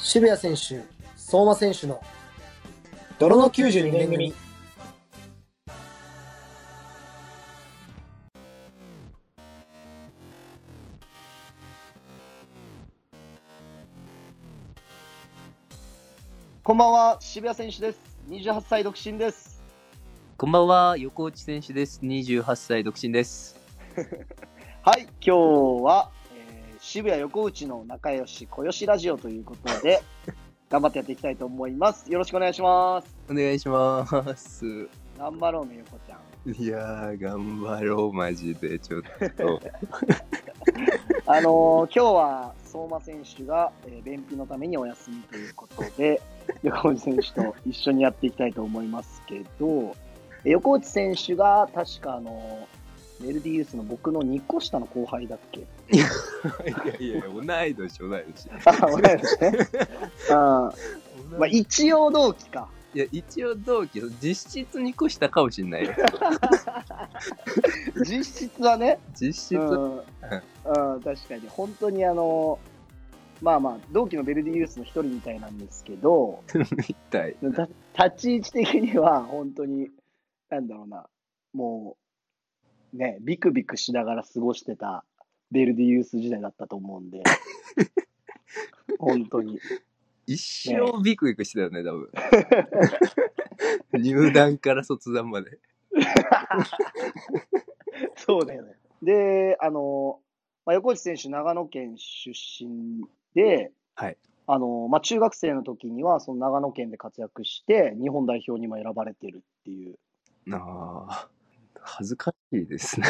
渋谷選手、相馬選手の泥の92年組。こんばんは、渋谷選手です。28歳独身です。こんばんは、横内選手です。28歳独身です。はい、今日は、えー渋谷横内の仲良し小よしラジオということで、頑張ってやっていきたいと思います。よろしくお願いします。お願いします。頑張ろうね、横ちゃん。 いやー、頑張ろう、マジで、ちょっと。あのー今日は相馬選手が、えー便秘のためにお休みということ で、横内選手と一緒にやっていきたいと思いますけど、えー横内選手が確かあのーメルディユースの僕の2個下の後輩だっ け いやいや、同い年、同い年。あ、同い年ね。 あーまあ、一応同期か。いや、一応同期、実質2個下かもしんない よ。実質はね、実質、うん、うん、確かに、本当にあの、まあまあ、同期のベルディユースの一人みたいなんですけど、一体。た立ち位置的には本当に、なんだろうな、もう、ね、ビクビクしながら過ごしてたベルディユース時代だったと思うん で、本当に。一生ビクビクしてたよね、多分。入団から卒団まで。そうだよね。で、あの、まあ、横内選手、長野県出身で、はいあのまあ、中学生の時には、その長野県で活躍して、日本代表にも選ばれてるっていう、なあ、恥ずかしいですね。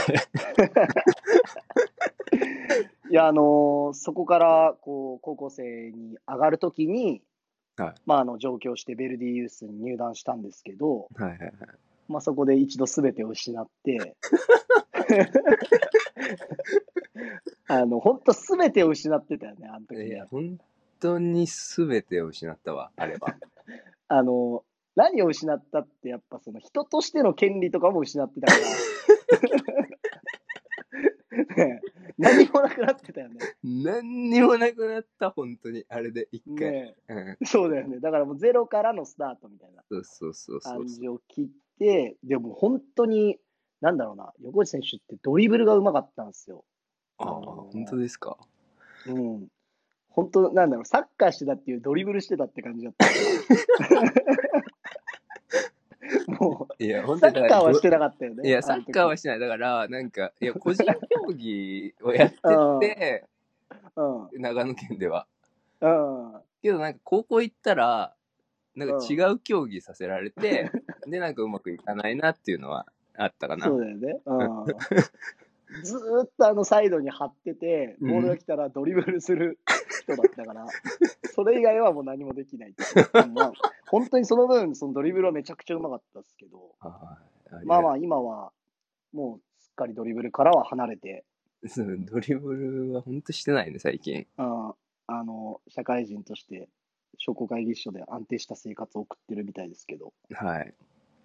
いや、あのそこからこう高校生に上がる時に、はいまあ、あの上京して、ベルディユースに入団したんですけど、はいはいはい。まあ、そこで一度すべてを失って、 あの本当、すべてを失ってたよね、あの時いねや、。本当に全てを失ったわ、あれは。あの、何を失ったって、やっぱその人としての権利とかも失ってた から。ねえ何もなくなってたよね。何にもなくなった、本当に。あれで一回。ねうん、えそうだよね。だからもうゼロからのスタートみたいなそうそうそうそ感うそう。じを切って、でも本当に、なんだろうな、横内選手ってドリブルがうまかったんですよ。ああ、本当ですか。うん。本当、なんだろう、サッカーしてたっていうドリブルしてたって感じだ ったから。もいや、う、本サ当にッカーはしてなかったよね。いや、サッカーはしてない。だから、なんか、いや、個人競技をやって て、あの時長野県では。うん。うん。けど、なんか、高校行ったら、なんか違う競技させられて、 で、なんかうまくいかないなっていうのはあったかな。そうだよね。 うん、ずーっとあのサイドに張ってて、ボールが来たらドリブルする人だったから、それ以外はもう何もできないっていう。まあ、本当にその分、そのドリブルはめちゃくちゃうまかったですけど、ああまああまあ今は、もうすっかりドリブルからは離れて、りがとう。 そうドリブルは本当してないね、最近。うん、あの、社会人として、商工会議所で安定した生活を送ってるみたいですけど、はい。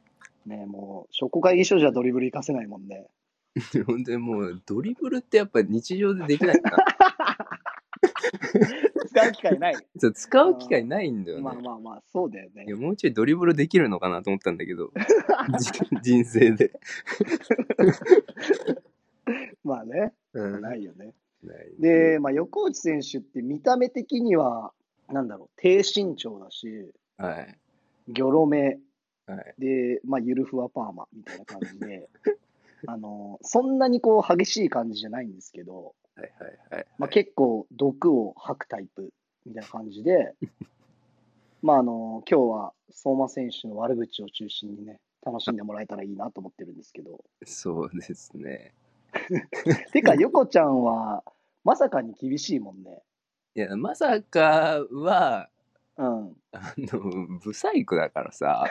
ね、もう、商工会議所じゃドリブル活かせないもん ね。本当にもう、ドリブルってやっぱ日常でできないかな。使う機会ない。そう使う機会ないんだよね。まあまあまあ、そうだよねい。やもうちょいドリブルできるのかなと思ったんだ けどじ人生で、まあね、うん、ないよね。ないで、まあ、横内選手って見た目的には、なんだろう、低身長だし、はいギョロ目はいで、まあ、ゆるふわパーマみたいな感じで、あの、そんなにこう、激しい感じじゃないんですけど、はいはいはいまあ、結構毒を吐くタイプみたいな感じで、まあ、あの、今日は相馬選手の悪口を中心にね、楽しんでもらえたらいいなと思ってるんですけど。そうですねてか、横ちゃんは、まさかに厳しいもんね。いやまさかはうん。あのブサイクだからさ、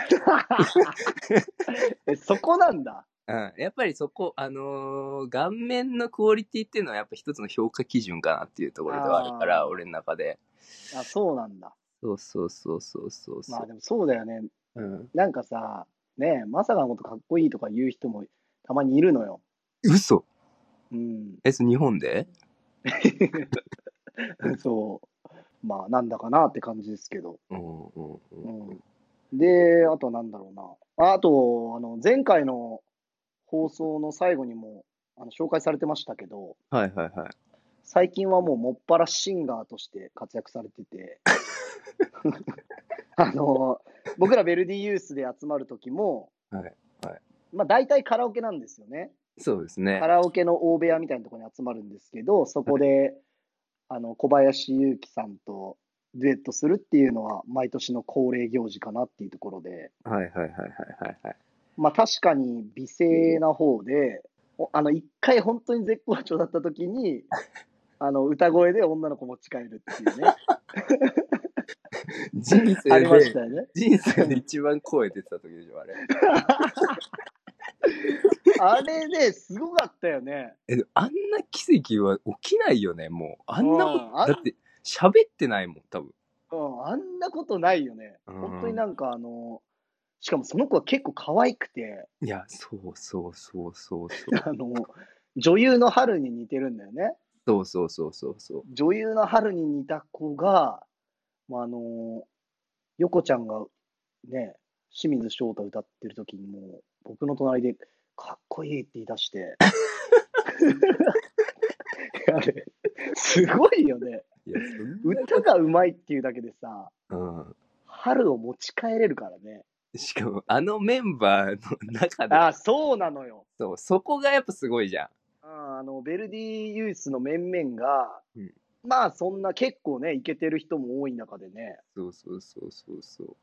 え、そこなんだ。うん、やっぱりそこあのー顔面のクオリティっていうのはやっぱ一つの評価基準かなっていうところではあるかあらー俺の中であ、そうなんだ。そうそうそうそうそうそまあう、でもそうだよね。うん、なんかさ、ねえ、まさかのことかっこいいとか言う人もたまにいるのよ。嘘 うん。え、それ日本でそう。まあ、なんだかなって感じですけど。うんうんううん。ん。で、あとなんだろうな。ああと、あの、前回の放送の最後にも、あの、紹介されてましたけど、はいはいはい。最近はもうもっぱらシンガーとして活躍されてて、 あの、僕らベルディユースで集まる時も、はいはいまあ大体カラオケなんですよね。そうですねカ。ラオケの大部屋みたいなところに集まるんですけど、そこで、あの、小林祐希さんとデュエットするっていうのは、毎年の恒例行事かなっていうところで、はいはいはいはいはいはい。まあ確かに美声な方で、おあの、一回本当に絶好調だった時に、 あの、歌声で女の子持ち帰るっていうね、 人あ生りましでた、よね。人生で一番声出てた時でしょ、あれ。あれね、すごかったよね。え、あんな奇跡は起きないよね、もう。あんなこうとん、あんだって喋ってないもん、多分。うん、あんなことないよね。うん本当になんかあの、しかもその子は結構可愛くて、いや、そうそうそうそうそう。 あの、女優の春に似てるんだよね。そうそうそうそうそう。女優の春に似た子が、まあ、あの、横ちゃんがね、清水翔太歌ってる時にもう、僕の隣で、かっこいいって言い出して。 あれ、すごいよね。いや、そんな歌がうまいっていうだけでさ、うん。春を持ち帰れるからね。しかも、あのメンバーの中で、ああ、そうなのよ。そう、そこがやっぱすごいじゃん。うんあの、ベルディユースの面々が、うんまあそんな結構ね、いけてる人も多い中でね、そうそうそうそうそ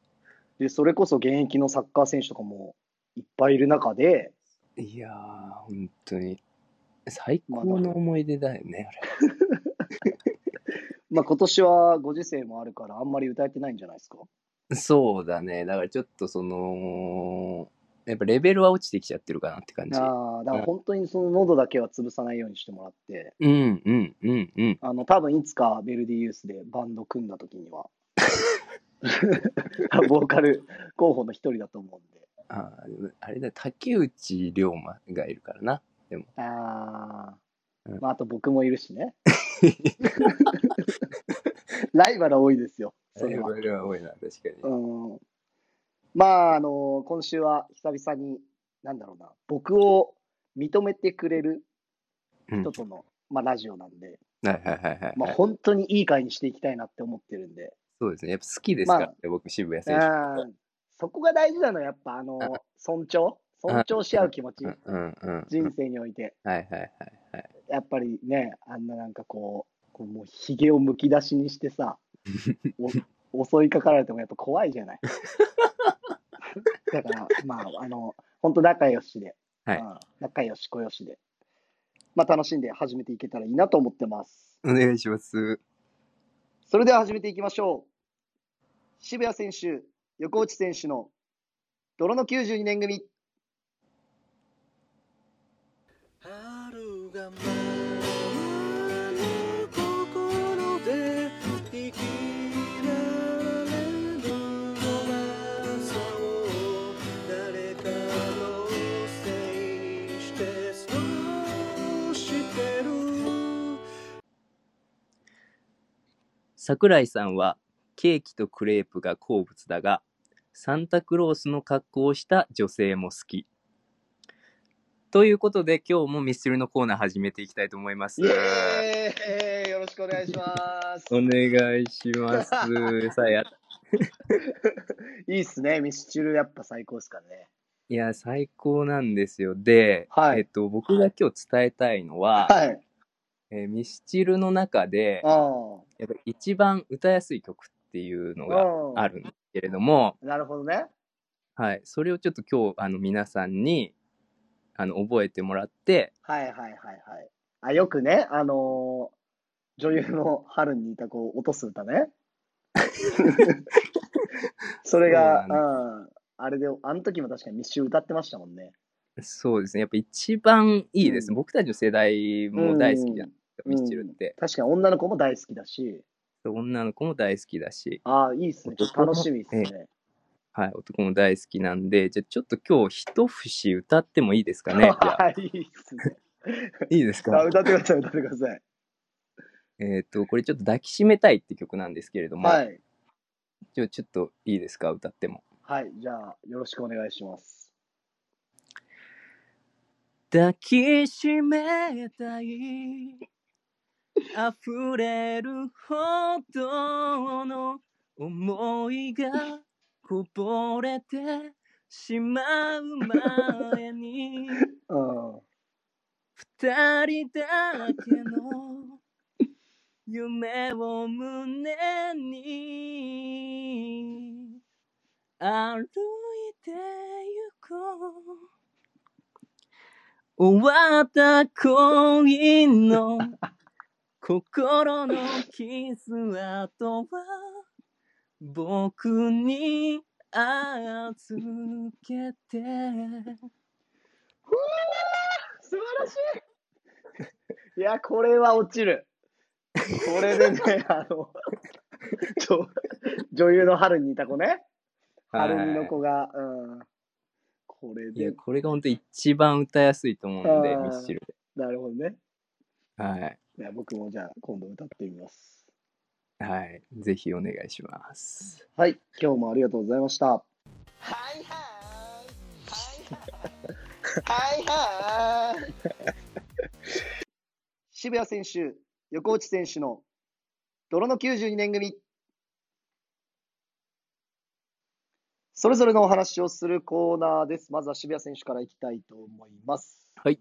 で、それこそ現役のサッカー選手とかもいっぱいいる中で、う。いやー、本当に。最高の思い出だよね、あれ。まあ今年はご時世もあるから、あんまり歌えてないんじゃないですか。そうだね。だからちょっとその、やっぱレベルは落ちてきちゃってるかなって感じ。ああ、だから本当にその喉だけは潰さないようにしてもらって、うんうんうんうん。あの、多分いつかベルディユースでバンド組んだ時に は、 ボーカル候補の一人だと思うんで。あーでもあれだ、竹内涼真がいるからな。あうあん、まあ、あと僕もいるし ね。ライバルは多いですよ、それは。レベルは多いな、確かに。うん、まあ、あの、今週は久々に、なんだろうな、僕を認めてくれるうん人との、まあ、ラジオなんで、はいはいはいはい。まあ、本当にいい回にしていきたいなって思ってるんで、そうですね。やっぱ好きですからね、ま僕、渋谷う選手のこと。ん、そこが大事なのは、やっぱ、あの、尊重、尊重し合う気持ち、うんうんうん。人生において。はいはいはいはい。やっぱりね、あんななんかこう、こうもうひげをむき出しにして さ、お襲いかかられてもやっぱ怖いじゃ ない。だから、まあ、あの、本当仲良しで、はいうん仲良し、小良しで、まあ、楽しんで始めていけたらいいなと思ってます。お願いします。それでは始めていきましょう。渋谷選手、横内選手の泥の92年組。春が舞う心で生きられる弱さを誰かのせいにしてそうしてる桜井さんはケーキとクレープが好物だがサンタクロースの格好をした女性も好きということで今日もミスチルのコーナー始めていきたいと思いますイエーイよろしくお願いします。お願いし ますさあやいいっすね、ミスチルやっぱ最高っすからね。いや最高なんですよで、はいえっと、僕が今日伝えたいのは、はい。えーミスチルの中であやっぱ一番歌いやすい曲っていうのがああるんですけれども、なるほどね。はい、それをちょっと今日あの皆さんにあの覚えてもらってはいはいはいはい。あ、よくね、あのー女優の春にいた子を落とす歌 ね。それが、そううだねん。あれで、あの時も確かにミスチル歌ってましたもんね。そうですねやっぱ一番いいです、うん僕たちの世代も大好きじゃないですか、うんミスチルって、確かに女の子も大好きだし、女の子も大好きだしああ、いいっすね。ちょっと楽しみっすね。はい、男も大好きなんで、じゃあちょっと今日一節歌ってもいいですかね。じゃあ はい、いいっす ね。いいですあか。歌ってください、歌ってください。えっと、これちょっと抱きしめたいって曲なんですけれども、はい。じゃあちょっといいですか、歌っても。はい、じゃあ、よろしくお願いします。抱きしめたい溢れるほどの思いがこぼれてしまう前にうん。二人だけの夢を胸に歩いてゆこう終わった恋の心の傷跡は僕に預けて素晴らしい いや、これは落ちる。これで ね、あの、ちょ女優の春にいた子ね。春にの子が、うん。これいや、で、これが本当一番歌いやすいと思うんで、あーミッシルで。なるほどね。はい。いや僕もじゃあ、今度歌ってみます。はい。ぜひお願いします。はい、今日もありがとうございました。はいはいはいはいはい 渋谷選手、横内選手の泥の92年組。それぞれのお話をするコーナーです。まずは渋谷選手からいきたいと思います。はい。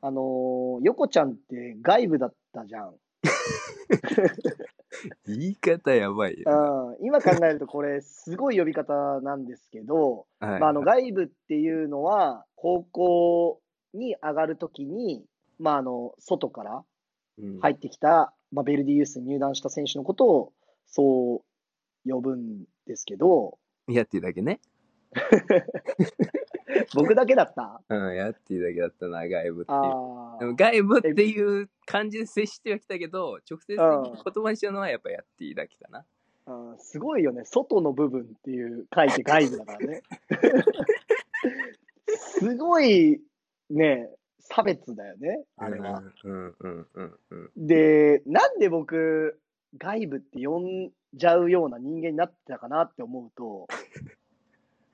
あのー横ちゃんって外部だったじゃん。言い方やばいよ。うん、今考えるとこれ、すごい呼び方なんですけど、はいまあ、あの外部っていうのは、高校に上がるときに、まあ、あの外からうん入ってきた、まあ、ベルディユースに入団した選手のことをそう呼ぶんですけど、やっていうだけね。僕だけだったうん、やっていうだけだったな、外部っていう。あでもー外部っていう感じで接してはきたけど、直接的に言葉にしたのはやっぱやっていいだけかな。うんすごいよね、外の部分っていう書いて外部だから ね。すごいね、差別だよね、あれは。うんうんうんうん。で、なんで僕、外部って呼んじゃうような人間になってたかなって思う と、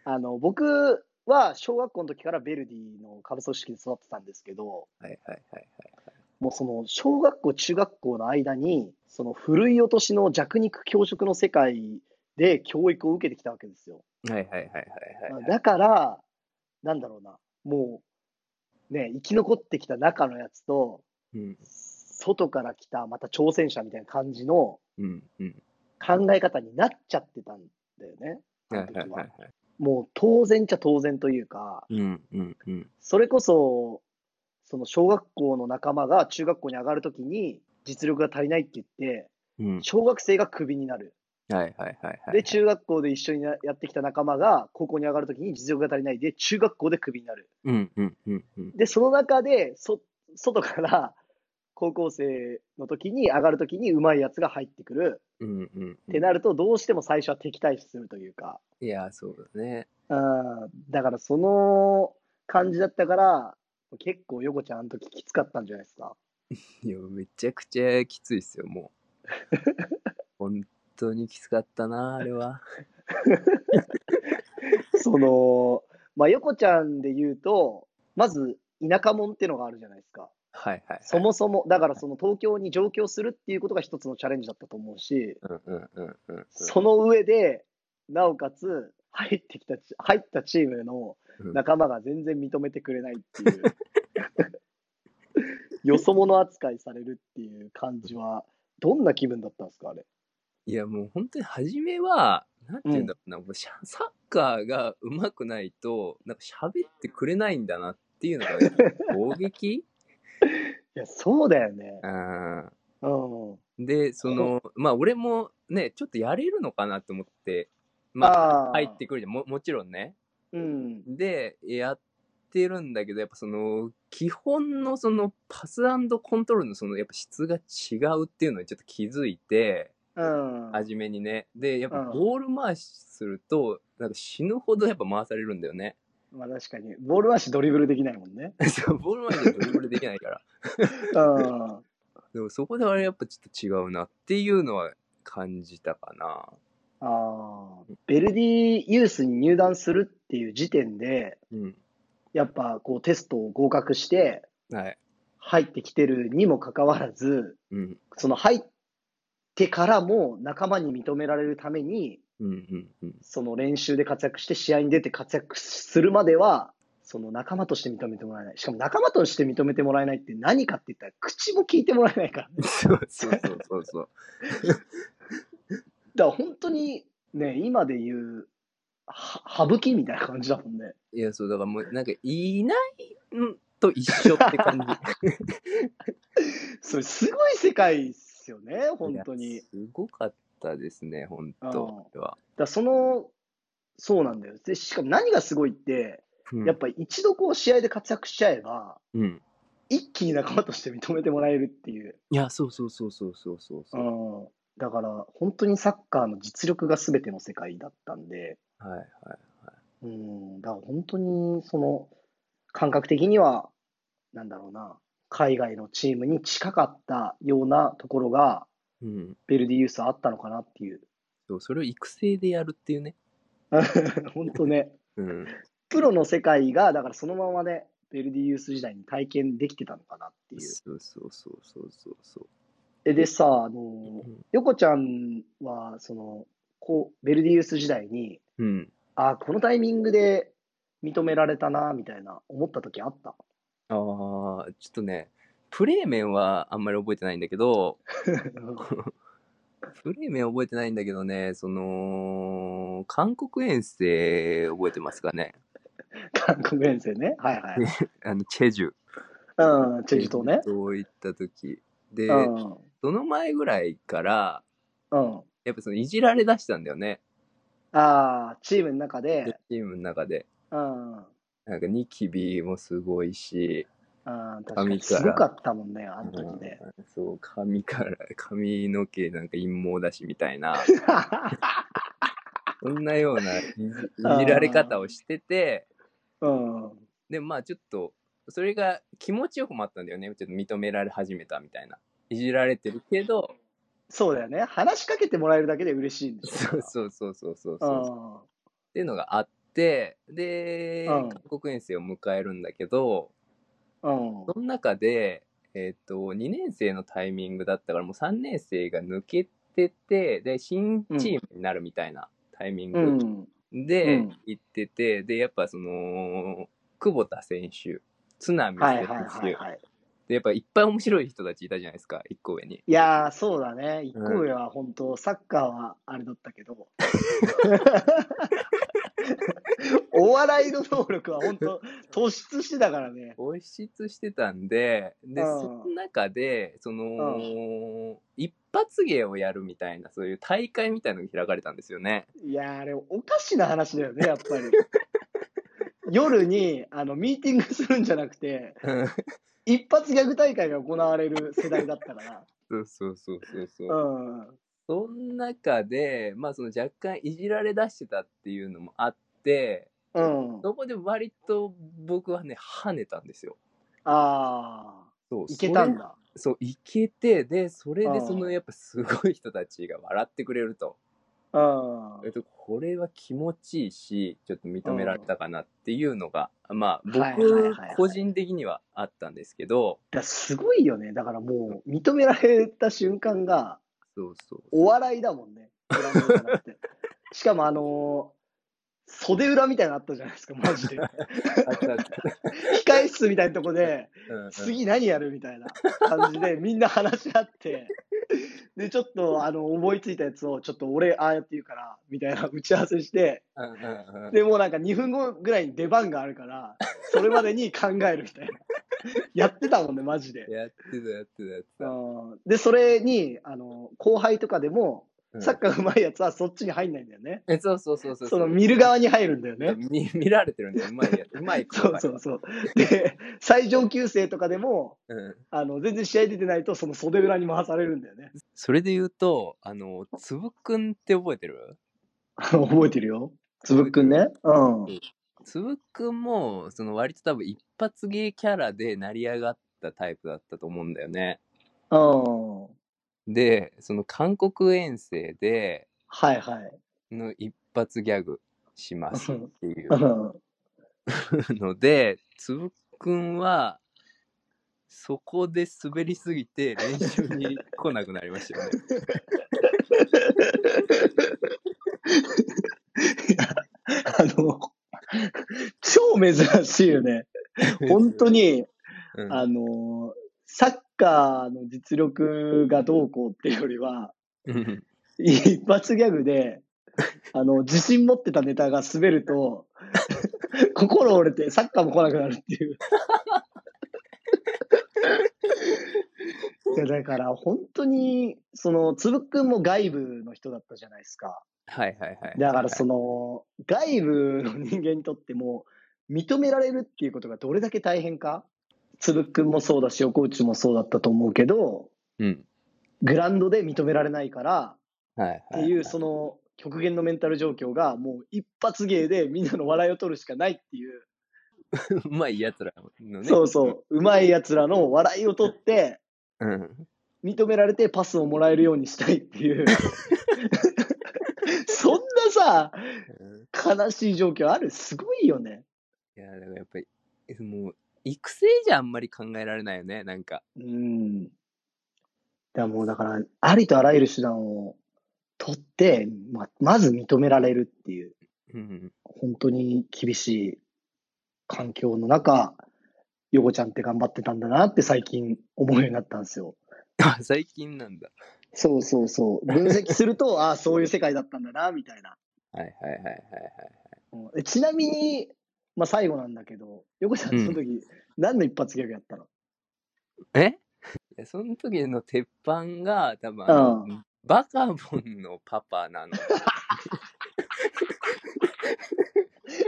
あの、僕は小学校の時からベルディの下部組織で育ってたんですけど、はいはいはいもうその小学校、中学校の間に、その古い落としの弱肉強食の世界で教育を受けてきたわけですよ。はい。はいはいはいはいはいはい。だから、なんだろうな、もう、ね、生き残ってきた中のやつと、うん外から来た、また挑戦者みたいな感じの、うんうん。考え方になっちゃってたんだよね。あはのい時はいはいははい。もう当然っちゃ当然というか、うんうんうん。それこそ、その小学校の仲間が中学校に上がるときに、実力が足りないって言って、うん。小学生がクビになる。はいはいはいはい。で、中学校で一緒にやってきた仲間が高校に上がるときに実力が足りないで、中学校でクビになる。うんうんうんうん。で、その中で、そ、外から高校生の時に上がるときにうまいやつが入ってくるうんうんってなると、どうしても最初は敵対視するというか、いや、そうだね。ああ、だからその感じだったから、結構ヨコちゃんあの時きつかったんじゃないですか。いや、めちゃくちゃきついっすよ、もう。本当にきつかったな、あれは。その、 まあヨコちゃんで言うと、まず田舎者ってのがあるじゃないですか。はいはい、はい。そもそも、だからその東京に上京するっていうことが一つのチャレンジだったと思うし、うんうんうんうんうん。その上で、なおかつ、入ってきたチ、入ったチームのうん仲間が全然認めてくれないっていう、 よそ者扱いされるっていう感じは、どんな気分だったんですか、あれ。いや、もう本当に初めは、なんて言うんだろうな、もうシャサッカーがうまくないと、なんか喋ってくれないんだなっていうのが、攻撃いや、そうだよね。うん。うん。で、その、まあ、俺もね、ちょっとやれるのかなと思って、まあ、ま入ってくるじゃん。ももちろんね。うん。でやってるんだけどやっぱその基本のそのパスコントロールのそのやっぱ質が違うっていうのにちょっと気づいてうん。初めにね。で、やっぱうんボール回しすると、なんか死ぬほどやっぱ回されるんだよね。 まあ確かに。ボールはしドリブルできないもんね。そうボール回しでドリブルできないから。うん。でもそこであれやっぱちょっと違うなっていうのは感じたかな。ああ、ベルディユースに入団するっていう時点で、うん。やっぱこうテストを合格してはい。入ってきてるにもかかわらず、うん。その入ってからも仲間に認められるために、うんうんうん。その練習で活躍して試合に出て活躍するまでは、その仲間として認めてもらえない。しかも仲間として認めてもらえないって何かって言ったら口も聞いてもらえないから。そうそうそうそうそう。だから本当にね、今で言う、は省きみたいな感じだもんね。いや、そう、だからもう、なんか、いないのと一緒って感じ。それすごい世界っすよね、本当いやに。すごかったですね、本当でだは。からその、そうなんだよ。で、しかも何がすごいって、うんやっぱり一度こう試合で活躍しちゃえば、うん。一気に仲間として認めてもらえるっていう。いや、そうそうそうそうそうそううそう。ん。だから、本当にサッカーの実力が全ての世界だったんで、はいはうい。ん。だから本当に、その、感覚的には、なんだろうな、海外のチームに近かったようなところが、うん。ベルディユースはあったのかなっていう。 そう、それを育成でやるっていうね。本当ね。うん。プロの世界が、だからそのままね、ベルディユース時代に体験できてたのかなっていう。そうそうそうそうそうそう。ででさ、あのう、ん横ちゃんは、その、こう、ベルディユース時代に、うん。あこのタイミングで認められたな、みたいな、思った時あ った。ああ、ちょっとね、プレー面はあんまり覚えてないんだけど、プレー面は覚えてないんだけどね、その、韓国遠征覚えてますかね。韓国遠征ね。はいはい。あの、チェジュ。うん、チェジュ島ね。そういった時で、うん。うん。その前ぐらいから、あやっぱそのいじられだしたんだよね、あー、チームの中で、チームの中で。うん。うんなんかニキビもすごいし、確かにすごかったもんね、あの時ね。うんそう、髪から、髪の毛なんか陰毛だしみた いな、そんなようないじいじられ方をしてて、 うん。で、まあちょっと、それが気持ちよくもあったんだよね、ちょっと認められ始めたみたいな。いじられてるけど、そうだよね。話しかけてもらえるだけで嬉しいんでしょそうそうそうそうそううそう。んっていうのがあってで、うん韓国遠征を迎えるんだけどうん。その中で、えっと2年生のタイミングだったからもう3年生が抜けててで新チームになるみたいなタイミンうグん。うでん行ってて、でやっぱその久保田選手津波はい選手、はいはいはい。でやっぱいっぱい面白い人たちいたじゃないですか1個上に。いやー、そうだね。一個上は本当、サッカーはあれだったけ ど。お笑いの能力は本当、突出してたからね。放出してたんでで、うんその中でその、一発芸をやるみたいなそういう大会みたいなのが開かれたんですよね。 いやー、あれ、おかしな話だよね、やっぱり。夜にあのミーティングするんじゃなくて、一発ギャグ大会が行われる世代だったから。そうそうそうそうそうう。ん。その中で、まあ、その若干いじられだしてたっていうのもあってうん。そこで割と僕はね跳ねたんですよ。あそうあ、いけたんそれだ。そういけてでそれでうんそのやっぱすごい人たちが笑ってくれると。うん。えっと、これは気持ちいいし、ちょっと認められたかなっていうのが、まはあ、いはいはい僕はい個人的にはあったんですけど、だすごいよね。だからもう、認められた瞬間が、そうそう。お笑いだもんね。ドラマじゃなくてしかも、あのー袖裏みたいなのあったじゃないですか、マジで。あったあった控室みたいなとこで、うんうん次何やるみたいな感じで、みんな話し合って、で、ちょっと、あの、思いついたやつを、ちょっと俺、ああやって言うから、みたいな打ち合わせして、うんうんうんでもうなんか2分後ぐらいに出番があるから、それまでに考えるみたいな。やってたもんね、マジで。やってたやってたやってた。うんで、それに、あの、後輩とかでも、うんサッカー上手いやつはそっちに入んないんだよね。えそうそうそうそうその見る側に入るんだよ ね。見見られてるんでうまい やうまい子そがうそうそう。で、最上級生とかでも、うん、あの、全然試合出てないと、その袖裏に回されるんだよね。それで言うとあのつぶくんって覚えてる覚えてるよ。つぶっくんね。うん。つぶくんもその割と多分一発芸キャラで成り上がったタイプだったと思うんだよねうん。でその韓国遠征ではいはい。の一発ギャグしますっていううん。 のでつぶくんはそこで滑りすぎて練習に来なくなりましたよねあの、超珍しいよね。 本当、に、うんあの、サッカーの実力がどうこうっていうよりは、うん一発ギャグで、あの、自信持ってたネタが滑る と、心折れてサッカーも来なくなるっていう。いやだから本当に、その、つぶくんも外部の人だったじゃないですか。はいはいはいだからその、外部の人間にとっても、認められるっていうことがどれだけ大変か。つぶくんもそうだし、横内もそうだったと思うけど、うんグラウンドで認められないから、はいはっいていう、その極限のメンタル状況が、もう一発芸でみんなの笑いを取るしかないっていう、うまいやつらのね。そうそう、うまい奴らの笑いを取って、うん。認められてパスをもらえるようにしたいって いう。そんなさ、うん。悲しい状況あるすごいよね。いや、だからやっぱり、もう、育成じゃあんまり考えられないよね、なんか。うん。だからもうだから、ありとあらゆる手段を取って、ま、まず認められるっていう。うん。 本当に厳しい環境の中、ヨコちゃんって頑張ってたんだなって最近思うようになったんですよ。あ、最近なんだ。そうそうそう。分析する と、ああ、そういう世界だったんだな、みたいな。はいはいはいはいはい。うんえちなみに、まあ最後なんだけど、ヨコちゃんその時、何の一発ギャグやったのえいやその時の鉄板が、多分あの、うバカボンのパパなの。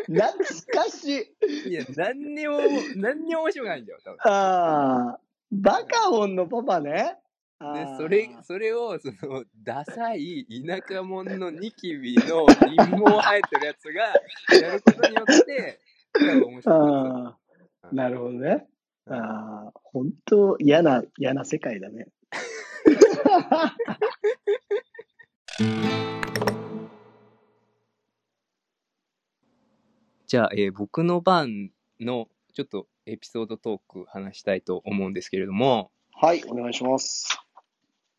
懐かしい。いや、何にも、 何にも面白くないんだよ、多分。 ああ、バカオンのパパね。あでーそれそれをそのダサい田舎者のニキビの陰謀生えてるやつがやることによって多分面白くなっああ、なるほどね。たああ、本当嫌な、嫌な世界だね。じゃあ、えー僕の番のちょっとエピソードトーク話したいと思うんですけれども、はい、お願いします。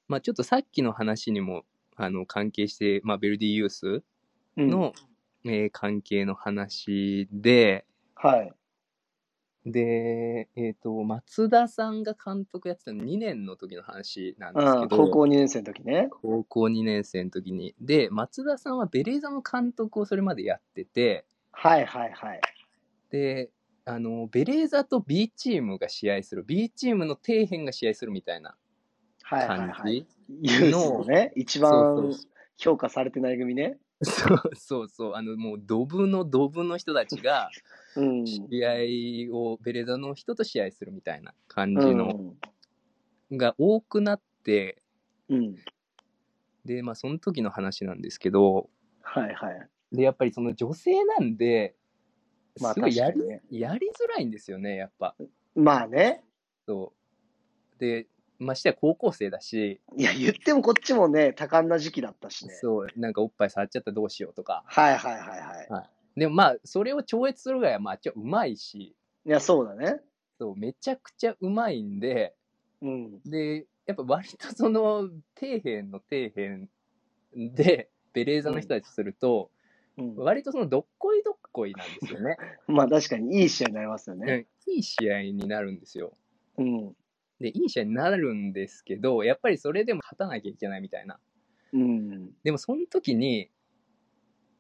まあ、ちょっとさっきの話にもあの関係して、まあ、ベルディユースうん、の、えー関係の話で、はい。で、えっ、と、松田さんが監督やってた2年の時の話なんですうけん、ど、高校2年生の時ね。高校2年生の時に。で、松田さんはベレーザの監督をそれまでやってて、はいはいはい。で、あの、ベレーザと B チームが試合する、B チームの底辺が試合するみたいなはいはい感はじ。い。ユースのね、一そう番そ評価されてない組ね。そう そうそう、あのもうドブのドブの人たちがうん。試合をベレーザの人と試合するみたいな感うじのん。が多くなって、うん。で、まあその時の話なんですけど、はいはい。で、やっぱりその女性なんで、すまあごいやり,、確かにねやりづらいんですよね、やっぱ。まあね。そうで、ましてや高校生だし、いや、言ってもこっちもね、多感な時期だったしね。そう、なんかおっぱい触っちゃったらどうしようとか。はいはいはいはい。でもまあ、それを超越するぐらいは、まあ、ちょ、うまいし、いや、そうだね。そう、めちゃくちゃうまいんで、うん。でやっぱ割とその底辺の底辺でベレーザの人たちすると、うん、割とそのどっこいどっこいなんですよね。まあ確かにいい試合になりますよね。 うんいい試合になるんですよ。うん。でいい試合になるんですけどやっぱりそれでも勝たなきゃいけないみたいな。うん。でもその時に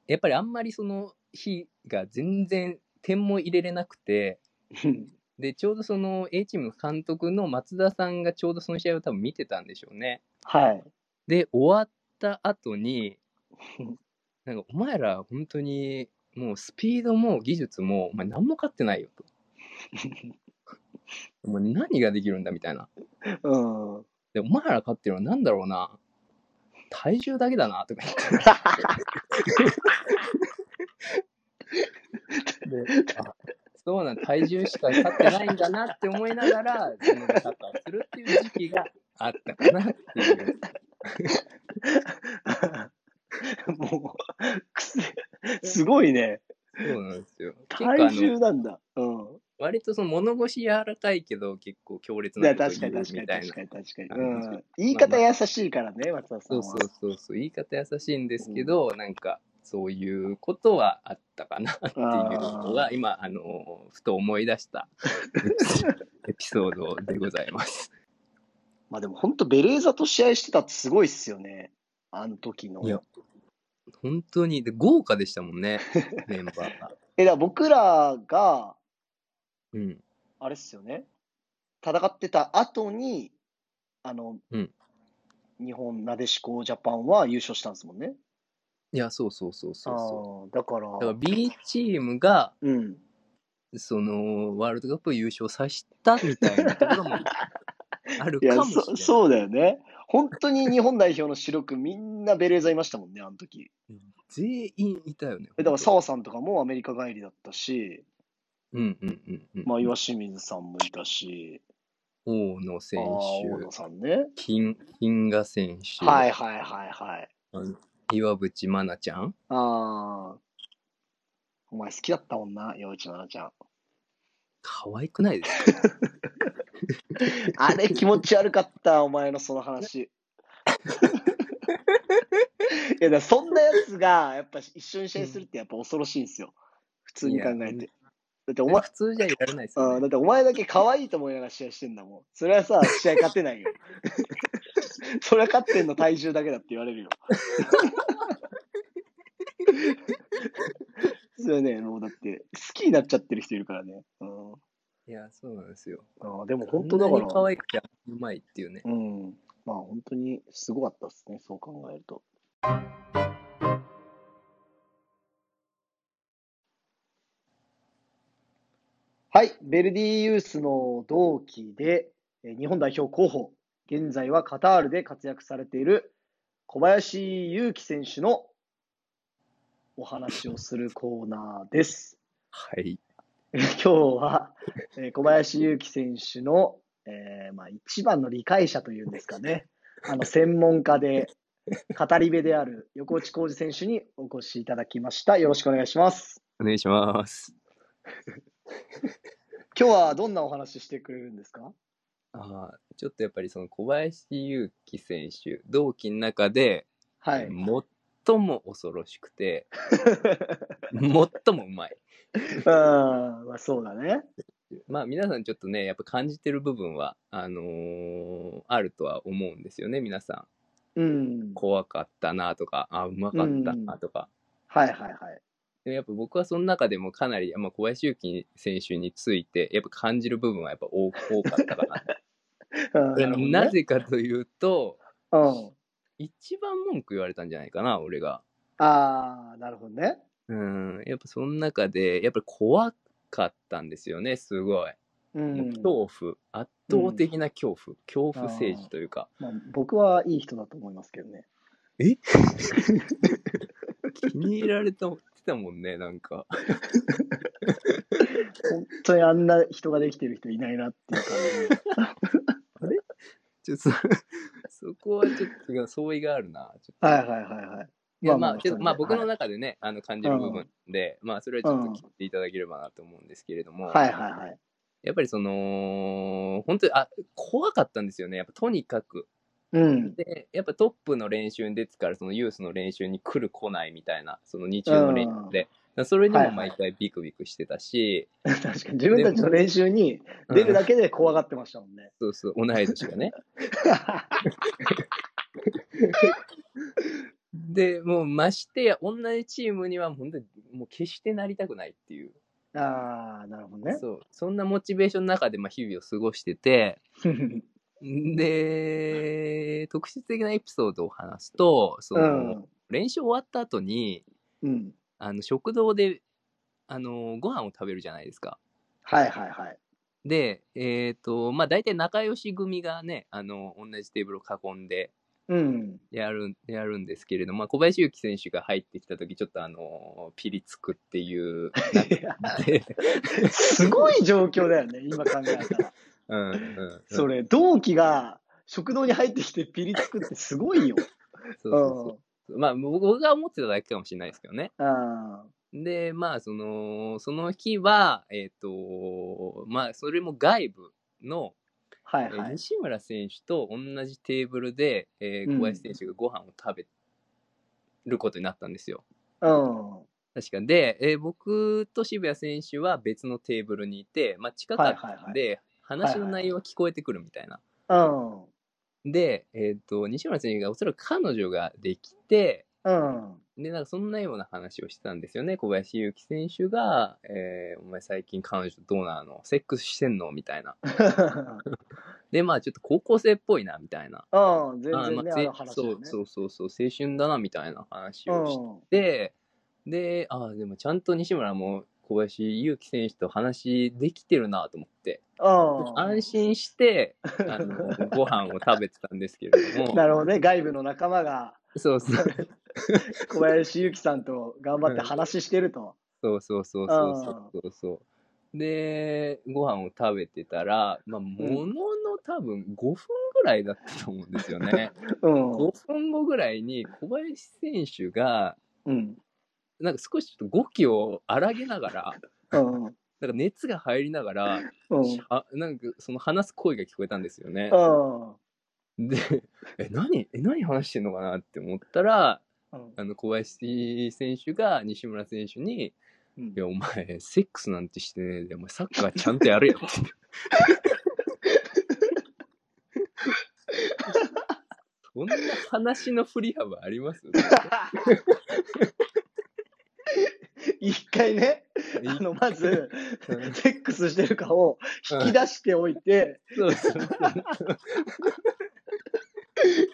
やっぱりあんまりその日が全然点も入れれなくてうんでちょうどその A チームの監督の松田さんがちょうどその試合を多分見てたんでしょうね。はい。で終わっった後になんかお前ら本当にもうスピードも技術もお前何も勝ってないよともう何ができるんだみたいなうん。でお前ら勝ってるのは何だろうな体重だけだなとか言ってであそうなん体重しか勝ってないんだなって思いながら自分がサッカーをするっていう時期があったかなっていうもう、くせ、すごいね。そうなんですよ結構あの体重なんだ。うん。割とその物腰柔らかいけど結構強烈いなや、こと確か言にう確かみにたい確なかに確かに。あうん。言い方優しいからね、松田さんそうは。そうそうそう言い方優しいんですけど、なんかそういうことはあったかなっていうのが今あのふと思い出した エピソードでございますまあでも本当ベレーザと試合してたってすごいっすよね。あの時の。いや本当にで豪華でしたも んねメンバーがえ、だから僕らが、うんあれっすよね。戦ってた後に、あの、うん日本なでしこジャパンは優勝したんですもんね。いやそうそうそうそうああそー、だから、うだから B チームがうん。そのワールドカップを優勝させたみたいなところもある いやかもしれなそ、いそうだよね。本当に日本代表の主力、みんなベレーザいましたもんね、あの時。全員いたよね。えだから澤さんとかもアメリカ帰りだったし、うんうんうんうん。まあ、岩清水さんもいたし、大野あー選大野さんね。手、金金河選手、はいはいはいはい。あの岩渕真奈ちゃん。ああ。お前好きだったもんな、岩内奈々ちゃん。可愛くないですかあれ気持ち悪かった、お前のその 話。いやだからそんなやつがやっぱ一緒に試合するってやっぱ恐ろしいんですよ。普通に考えいやて。だ ってお前普通じゃやられないですあよ、あねだ。ってお前だけ可愛いと思いながら試合してんだもん。それは さ、試合勝てないよ。 それは勝ってんの体重だけだって言われる よ。それはね、もうだって、好きになっちゃってる人いるからね。うん、いや、そうなんですよ。ああでも本当だかこんなに可ら、愛くてうまいっていうね。うん、まあ本当にすごかったですね、そう考えると。はい、ベルディユースの同期で、えー日本代表候補、現在はカタールで活躍されている小林祐希選手のお話をするコーナーです。はい。えー今日は、えー小林祐希選手の、えーまあ、一番の理解者というんですかね、あの専門家で、語り部である横内浩二選手にお越しいただきました。よろしくお願いします。お願いします。今日はどんなお話してくれるんですかああ、ちょっとやっぱりその小林勇輝選手、同期の中で、はい。最も恐ろしく て、最もうまい。うん、まあ、そうだね。まあ皆さんちょっとねやっぱ感じてる部分はあのーあるとは思うんですよね皆さうんん。怖かったなとかあうまかったなとか、はいはいはい。でもやっぱ僕はその中でもかなり、まあ、小林勇輝選手についてやっぱ感じる部分はやっぱ多多かったか うんななぜかというとなるほどね一番文句言われたんじゃないかな俺がうん。ああ、なるほどね。うんやっぱその中でやっぱり怖かったんですよねすごい、うんもう恐怖圧倒的な恐怖、恐怖政治というかまあ、僕はいい人だと思いますけどね。気に入られたってたもんねなんか本当にあんな人ができてる人いないなっていう感じ。ちょっとそこはちょっと違う相違があるな。ちょっはいはいはいはい。といやまあちょっとまあ一人僕での中でね、あの感じる部分で、まあそれはちょっとうん聞いていただければなと思うんですけれども、はいはいはいはい。やっぱりその本当にあ怖かったんですよねやっぱとにかく うん。でやっぱトップの練習に出てからそのユースの練習に来る来ないみたいなその日中の練習で、だからそれにも毎回ビクビクしてたし、確かに自分たちの練習に出るうだんけで怖がってましたもんね。そうそう同い年がねでもうましてや同じチームには本当にもう決してなりたくないっていう ああ、なるほどね。そうそんなモチベーションの中でまあ日々を過ごしてて うんで、特質的なエピソードを話すと、そうの、ん。練習終わった後に、うん。あの、食堂で、あの、ご飯を食べるじゃないですか。はいはいはい。で、えっ、と、まあ、大体仲良し組がね、あの、同じテーブルを囲んでうん。やる、やるんですけれども、まあ、小林祐希選手が入ってきた時、ちょっとあの、ピリつくっていう、なんで すごい状況だよね、今考えたら。うん、 うん。それ、同期が食堂に入ってきてピリつくってすごいよ。 う。そうそうんそう。まあ、僕僕が思ってただけかもしれないですけどね。あで、まあ、その、その日は、えっ、と、まあ、それも外部の、はえいはーい。西村選手と同じテーブルで、えーうん小林選手がご飯を食べることになったんですよ。うん。確か。で、えー僕と渋谷選手は別のテーブルにいて、まあ、近かったんで、話の内容は聞こえてくるみたいな。うん。で、えっ、と、西村選手がおそらく彼女ができて、うん。で、なんかそんなような話をしてたんですよね。小林祐希選手が、えーお前最近彼女どうなのセックスしてんのみたいな。で、まあちょっと高校生っぽいな、みたいな。うん。全あー然ね、まああぜの話だそようね。そうそうそう、青春だな、みたいな話うをしん。て、で、あーでもちゃんと西村も小林祐希選手と話できてるなと思って、うん。安心して、あの、ご飯を食べてたんですけれども。 なるほどね、外部の仲間がそうそう。小林ゆきさんと頑張って話してると。そうそうそうそうそうそうそう。で、ご飯を食べてたら、まあ、ものの多分5分ぐらいだったと思うんです よね。うん。 5分後ぐらいに小林選手が、うん。なんか少しちょっと語気を荒げながら、うん。なんか熱が入りながら、うん。あなんかその話す声が聞こえたんですよねう。ん。で、え、何、え、何話してんのかなって思ったら、うんあの小林選手が西村選手に、うんいや、お前、セックスなんてしてねえで、お前、サッカーちゃんとやれよって。そんな話の振り幅あります一回ね、あの、まず、セックスしてるかを引き出しておいて、そうそう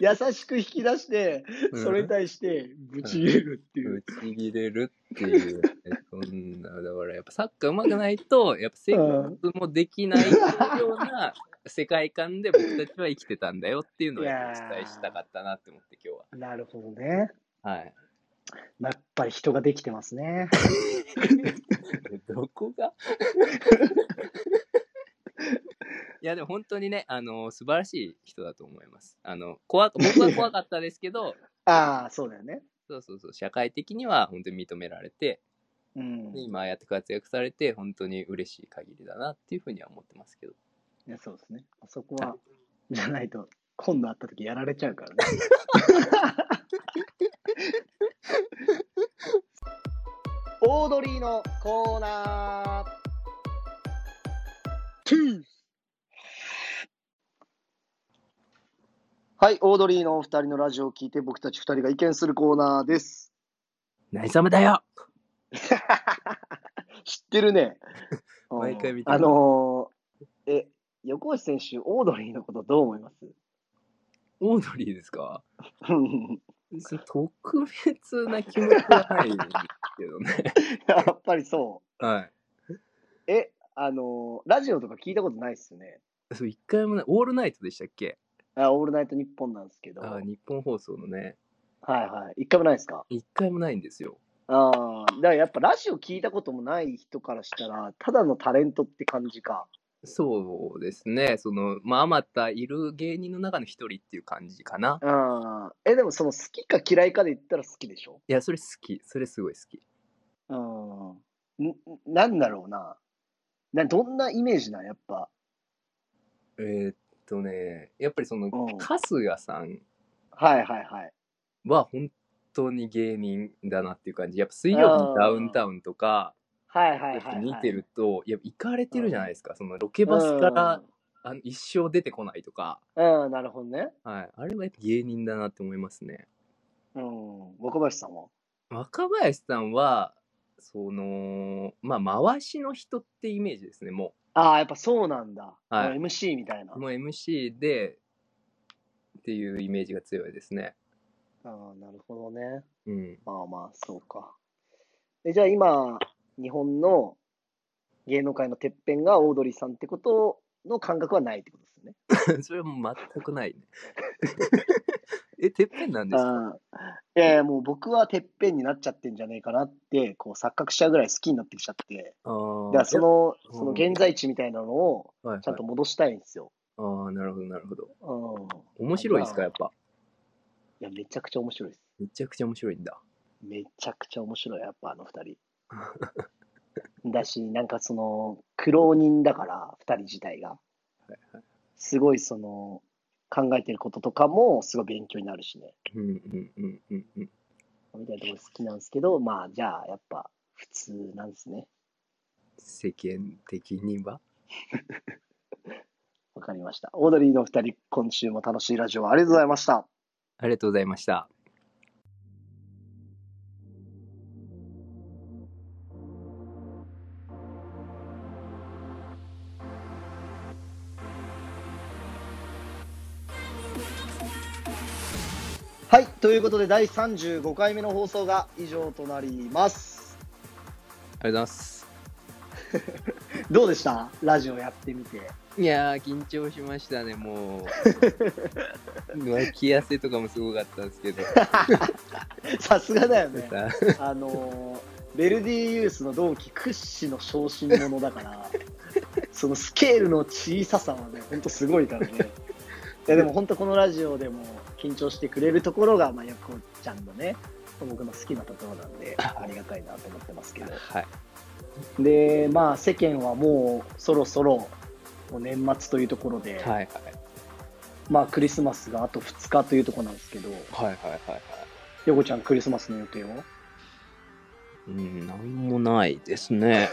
優しく引き出して、うんそれに対して、ぶち入れるっていう。ぶち切れるっていう、ね、そんな、だからやっぱサッカー上手くないと、やっぱセックスもできないような世界観で僕たちは生きてたんだよっていうのをやっぱお伝えしたかったなって思って今日なるほどね。は。はい。やっぱり人ができてますね。 どこがいやでも本当にね、あの素晴らしい人だと思います。あの怖か僕は怖かったですけ ど、ああ、そうだよね。そうそうそう、社会的には本当に認められて、うん。でい今ああやって活躍されて、本当に嬉しい限りだなっていうふうには思ってますけど。やそうですね。あそこは、じゃないと、今度会った時やられちゃうからね。 オードリーのコーナー。はい、オードリーのお二人のラジオを聞いて、僕たち二人が意見するコーナーです。何様だよ知ってる ね。毎回見てるあのーえ、横内選手、オードリーのことどう思います オードリーですかうんその特別な気持ちはないんですけど ね。 やっぱりそはう。え、あのーラジオとか聞いたことないっすよね。い。そう、一回もね、オールナイトでしたっけあオールナイトニッポンなんですけど。あはい日本放送のね、はい。一回もないですか一回もないんですよ。ああ、だからやっぱラジオ聞いたこともない人からしたら、ただのタレントって感じか。そうですね。その、まあ、あまたいる芸人の中の一人っていう感じかな。ああ、え、でもその好きか嫌いかで言ったら好きでしょいや、それ好き。それすごい好き。うん。んなんだろうな。な、どんなイメージなんやっぱ。えーっとね、やっぱりそうの、ん春日さんはいはいはい。は本当に芸人だなっていう感じ。やっぱ水曜日のダウンタウンとか、はいはいやっはぱい、はい。見てると、いや、行かれてるじゃないですか。そのロケバスから、あの一生出てこないとか。うん。うん、なるほどね。はい。あれはやっぱ芸人だなって思いますね。うん。若林さんは若林さんは、その、まあ、回しの人ってイメージですね、もう。ああ、やっぱそうなんだ。はいあの MC みたいな。もう MC で、っていうイメージが強いですね。ああ、なるほどね。 うん。まあまあ、そうか。えじゃあ今、日本の芸能界のてっぺんがオードリーさんってことの感覚はないってことですよね。それはもう全くないね。 え、てっぺんなんですかああいやいや、もう僕はてっぺんになっちゃってんじゃねえかなって、こう錯覚しちゃうぐらい好きになってきちゃって、あーだからその、うんその現在地みたいなのをはいはいちゃんと戻したいんですよ。あーなるほど、なるほど。うん。面白いですか、やっぱ。いや、めちゃくちゃ面白いです。めちゃくちゃ面白いんだ。めちゃくちゃ面白い、やっぱあの 二人。だし、なんかその、苦労人だから、二人自体が。すごいその、考えてることとかも、すごい勉強になるしね。うんうんうんうんうん。みたいなところ好きなんですけど、まあ、じゃあ、やっぱ、普通なんですね。世間的にはわかりました。オードリーのお二人、今週も楽しいラジオありがとうございました。ありがとうございました。はい、ということで、第35回目の放送が以上となります。ありがとうございます。どうでしたラジオやってみて。いやー、緊張しました ね、もう。脇汗とかもすごかったんです けど。さすがだよね。あのーベルディユースの同期屈指の小心者だ から、そのスケールの小ささはね、ほんとすごいからね。いやでも本当このラジオでも緊張してくれるところが、まあ、やこちゃんのね、僕の好きなところなんで、ありがたいなと思ってますけど。はい。で、まあ世間はもうそろそろもう年末というところで、はいはい。まあクリスマスがあと2日というところなんですけど、はいはいはいはい。ヨコちゃんクリスマスの予定をうん、なんもないですね。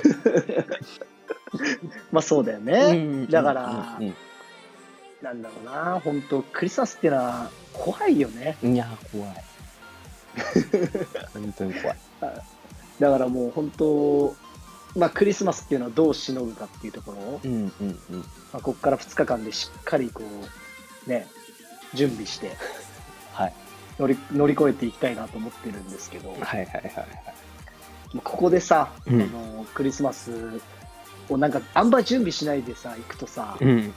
まあそうだよね。うんだからうんなんだろうな、本当クリスマスってのは怖いよね。うんいやー、 怖い。本当に怖い。だからもう本当、まあ、クリスマスっていうのはどうしのぐかっていうところを、うんうんうん。まあ、ここから2日間でしっかりこう、ね、準備してはい。乗り乗り越えていきたいなと思ってるんですけど、はいはいはいはい。ここでさ、うんあのクリスマスをなんかあんま準備しないでさ、行くとさ、うん。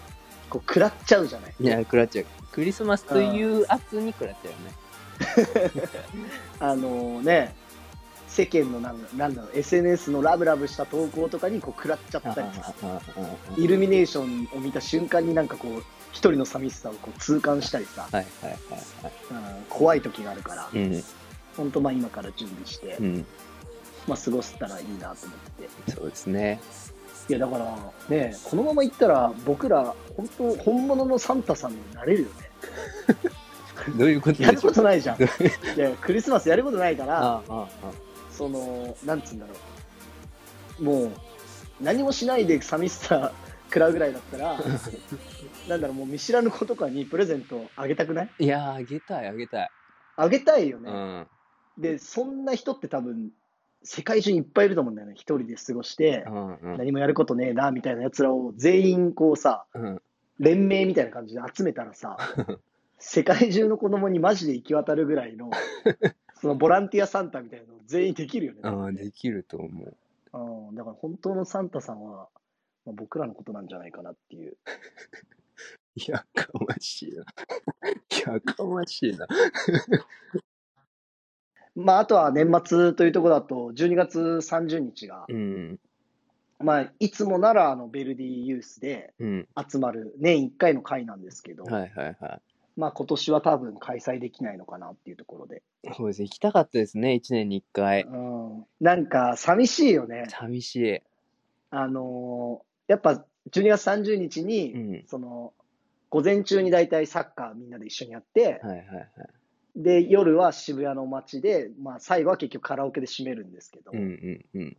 こう食らっちゃうじゃない。いや、食らっちゃう。クリスマスという圧に食らっちゃうよね。あのね、世間のなんなんだろう、SNS のラブラブした投稿とかにこう食らっちゃったりとかさ。イルミネーションを見た瞬間になんかこう一人の寂しさをこう痛感したりさ、はいはいはいはうん怖い時があるから、い。うん、本当まあ今から準備して、うん、まあ過ごせたらいいなと思っててそうですね。いやだからねこのままいったら僕ら本当本物のサンタさんになれるよねどういうことやでるしょこうとないじゃんいやクリスマスやることないからあああそのなんつうんだろうもう何もしないで寂しさ食らうぐらいだった らなんだろうもう見知らぬ子とかにプレゼントあげたくないいやー、あげたい、あげたい。あげたいようね、ん、で、そんな人って多分、世界中にいっぱいいると思うんだよね。一人で過ごしてう、ん、うん、何もやることねえな、みたいな奴らを全員こうさ、うん。連名みたいな感じで集めたら さ、世界中の子供にマジで行き渡るぐらい の、そのボランティアサンタみたいなの全員できるよね。ああ、できると思う。うん、だから本当のサンタさんは、まあ僕らのことなんじゃないかなっていう。やかましいな。 やかましいな。まあ、あとは年末というところだと、12月30日がう、ん、まあ、いつもならあの、ベルディユースでうん。集まる年1回の会なんですけど、はいはいはまあ今年は多分開催できないのかなっていうところで。い。そうですね。行きたかったですね、一年に一回う。ん。なんか寂しいよね。寂しい。あのーやっぱ12月30日に、うんその、午前中に大体サッカーみんなで一緒にやって、はいはいはい。で、夜は渋谷の街で、まあ最後は結局カラオケで締めるんですけど、うん、うん、うん。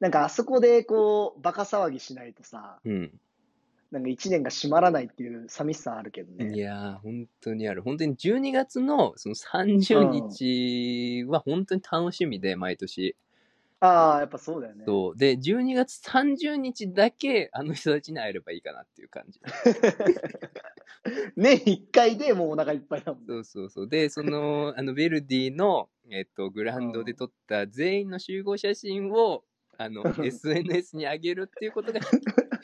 なんかあそこでこう、バカ騒ぎしないとさ、うん、なんか1年が閉まらないっていう寂しさあるけどいね。やー本当にある本当に12月のその30日は本当に楽しみで毎年ああ、やっぱそうだよね。そう。で、12月30日だけ、あの人たちに会えればいいかなっていう感じ。年一回でもうお腹いっぱいだもん。そうそうそう。で、その、あの、ヴェルディの、えっと、グラウンドで撮った全員の集合写真を、あの、SNS に上げるっていうことが、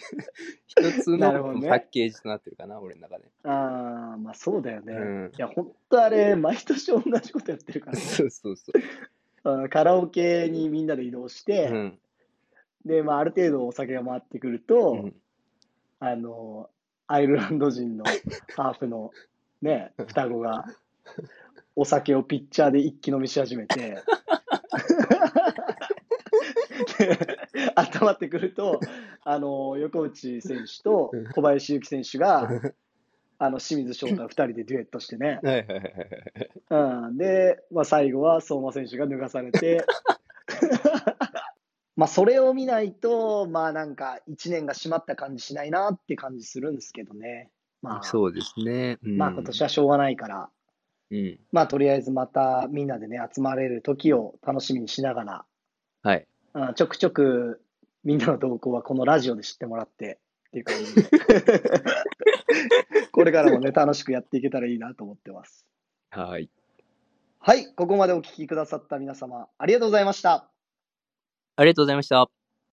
一つなるほどのねパッケージとなってるかな、俺の中で。ああ、まあそうだよね。うんい。や、ほんとあれ、毎年同じことやってるから、そうそうそう。 あーカラオケにみんなで移動して、うん。で、まあある程度お酒が回ってくると、うんあの、アイルランド人のハーフのね、双子が、お酒をピッチャーで一気飲みし始め て、で温まってくると、あの、横内選手と小林幸選手が、あの、清水翔太二人でデュエットしてね、はいはいはいはい。うん、で、まあ、最後は相馬選手が脱がされ て、 まあそれを見ないと、まあなんか1年が締まった感じしないなって感じするんですけどね。まあ、そうですね。うんまあ今年はしょうがないから、うん。まあとりあえずまたみんなでね、集まれる時を楽しみにしながら、はい。うん、ちょくちょくみんなの動向はこのラジオで知ってもらってっていう感じ で、これからもね、楽しくやっていけたらいいなと思ってます。はい。はい、ここまでお聞きくださった皆様、ありがとうございました。ありがとうございました。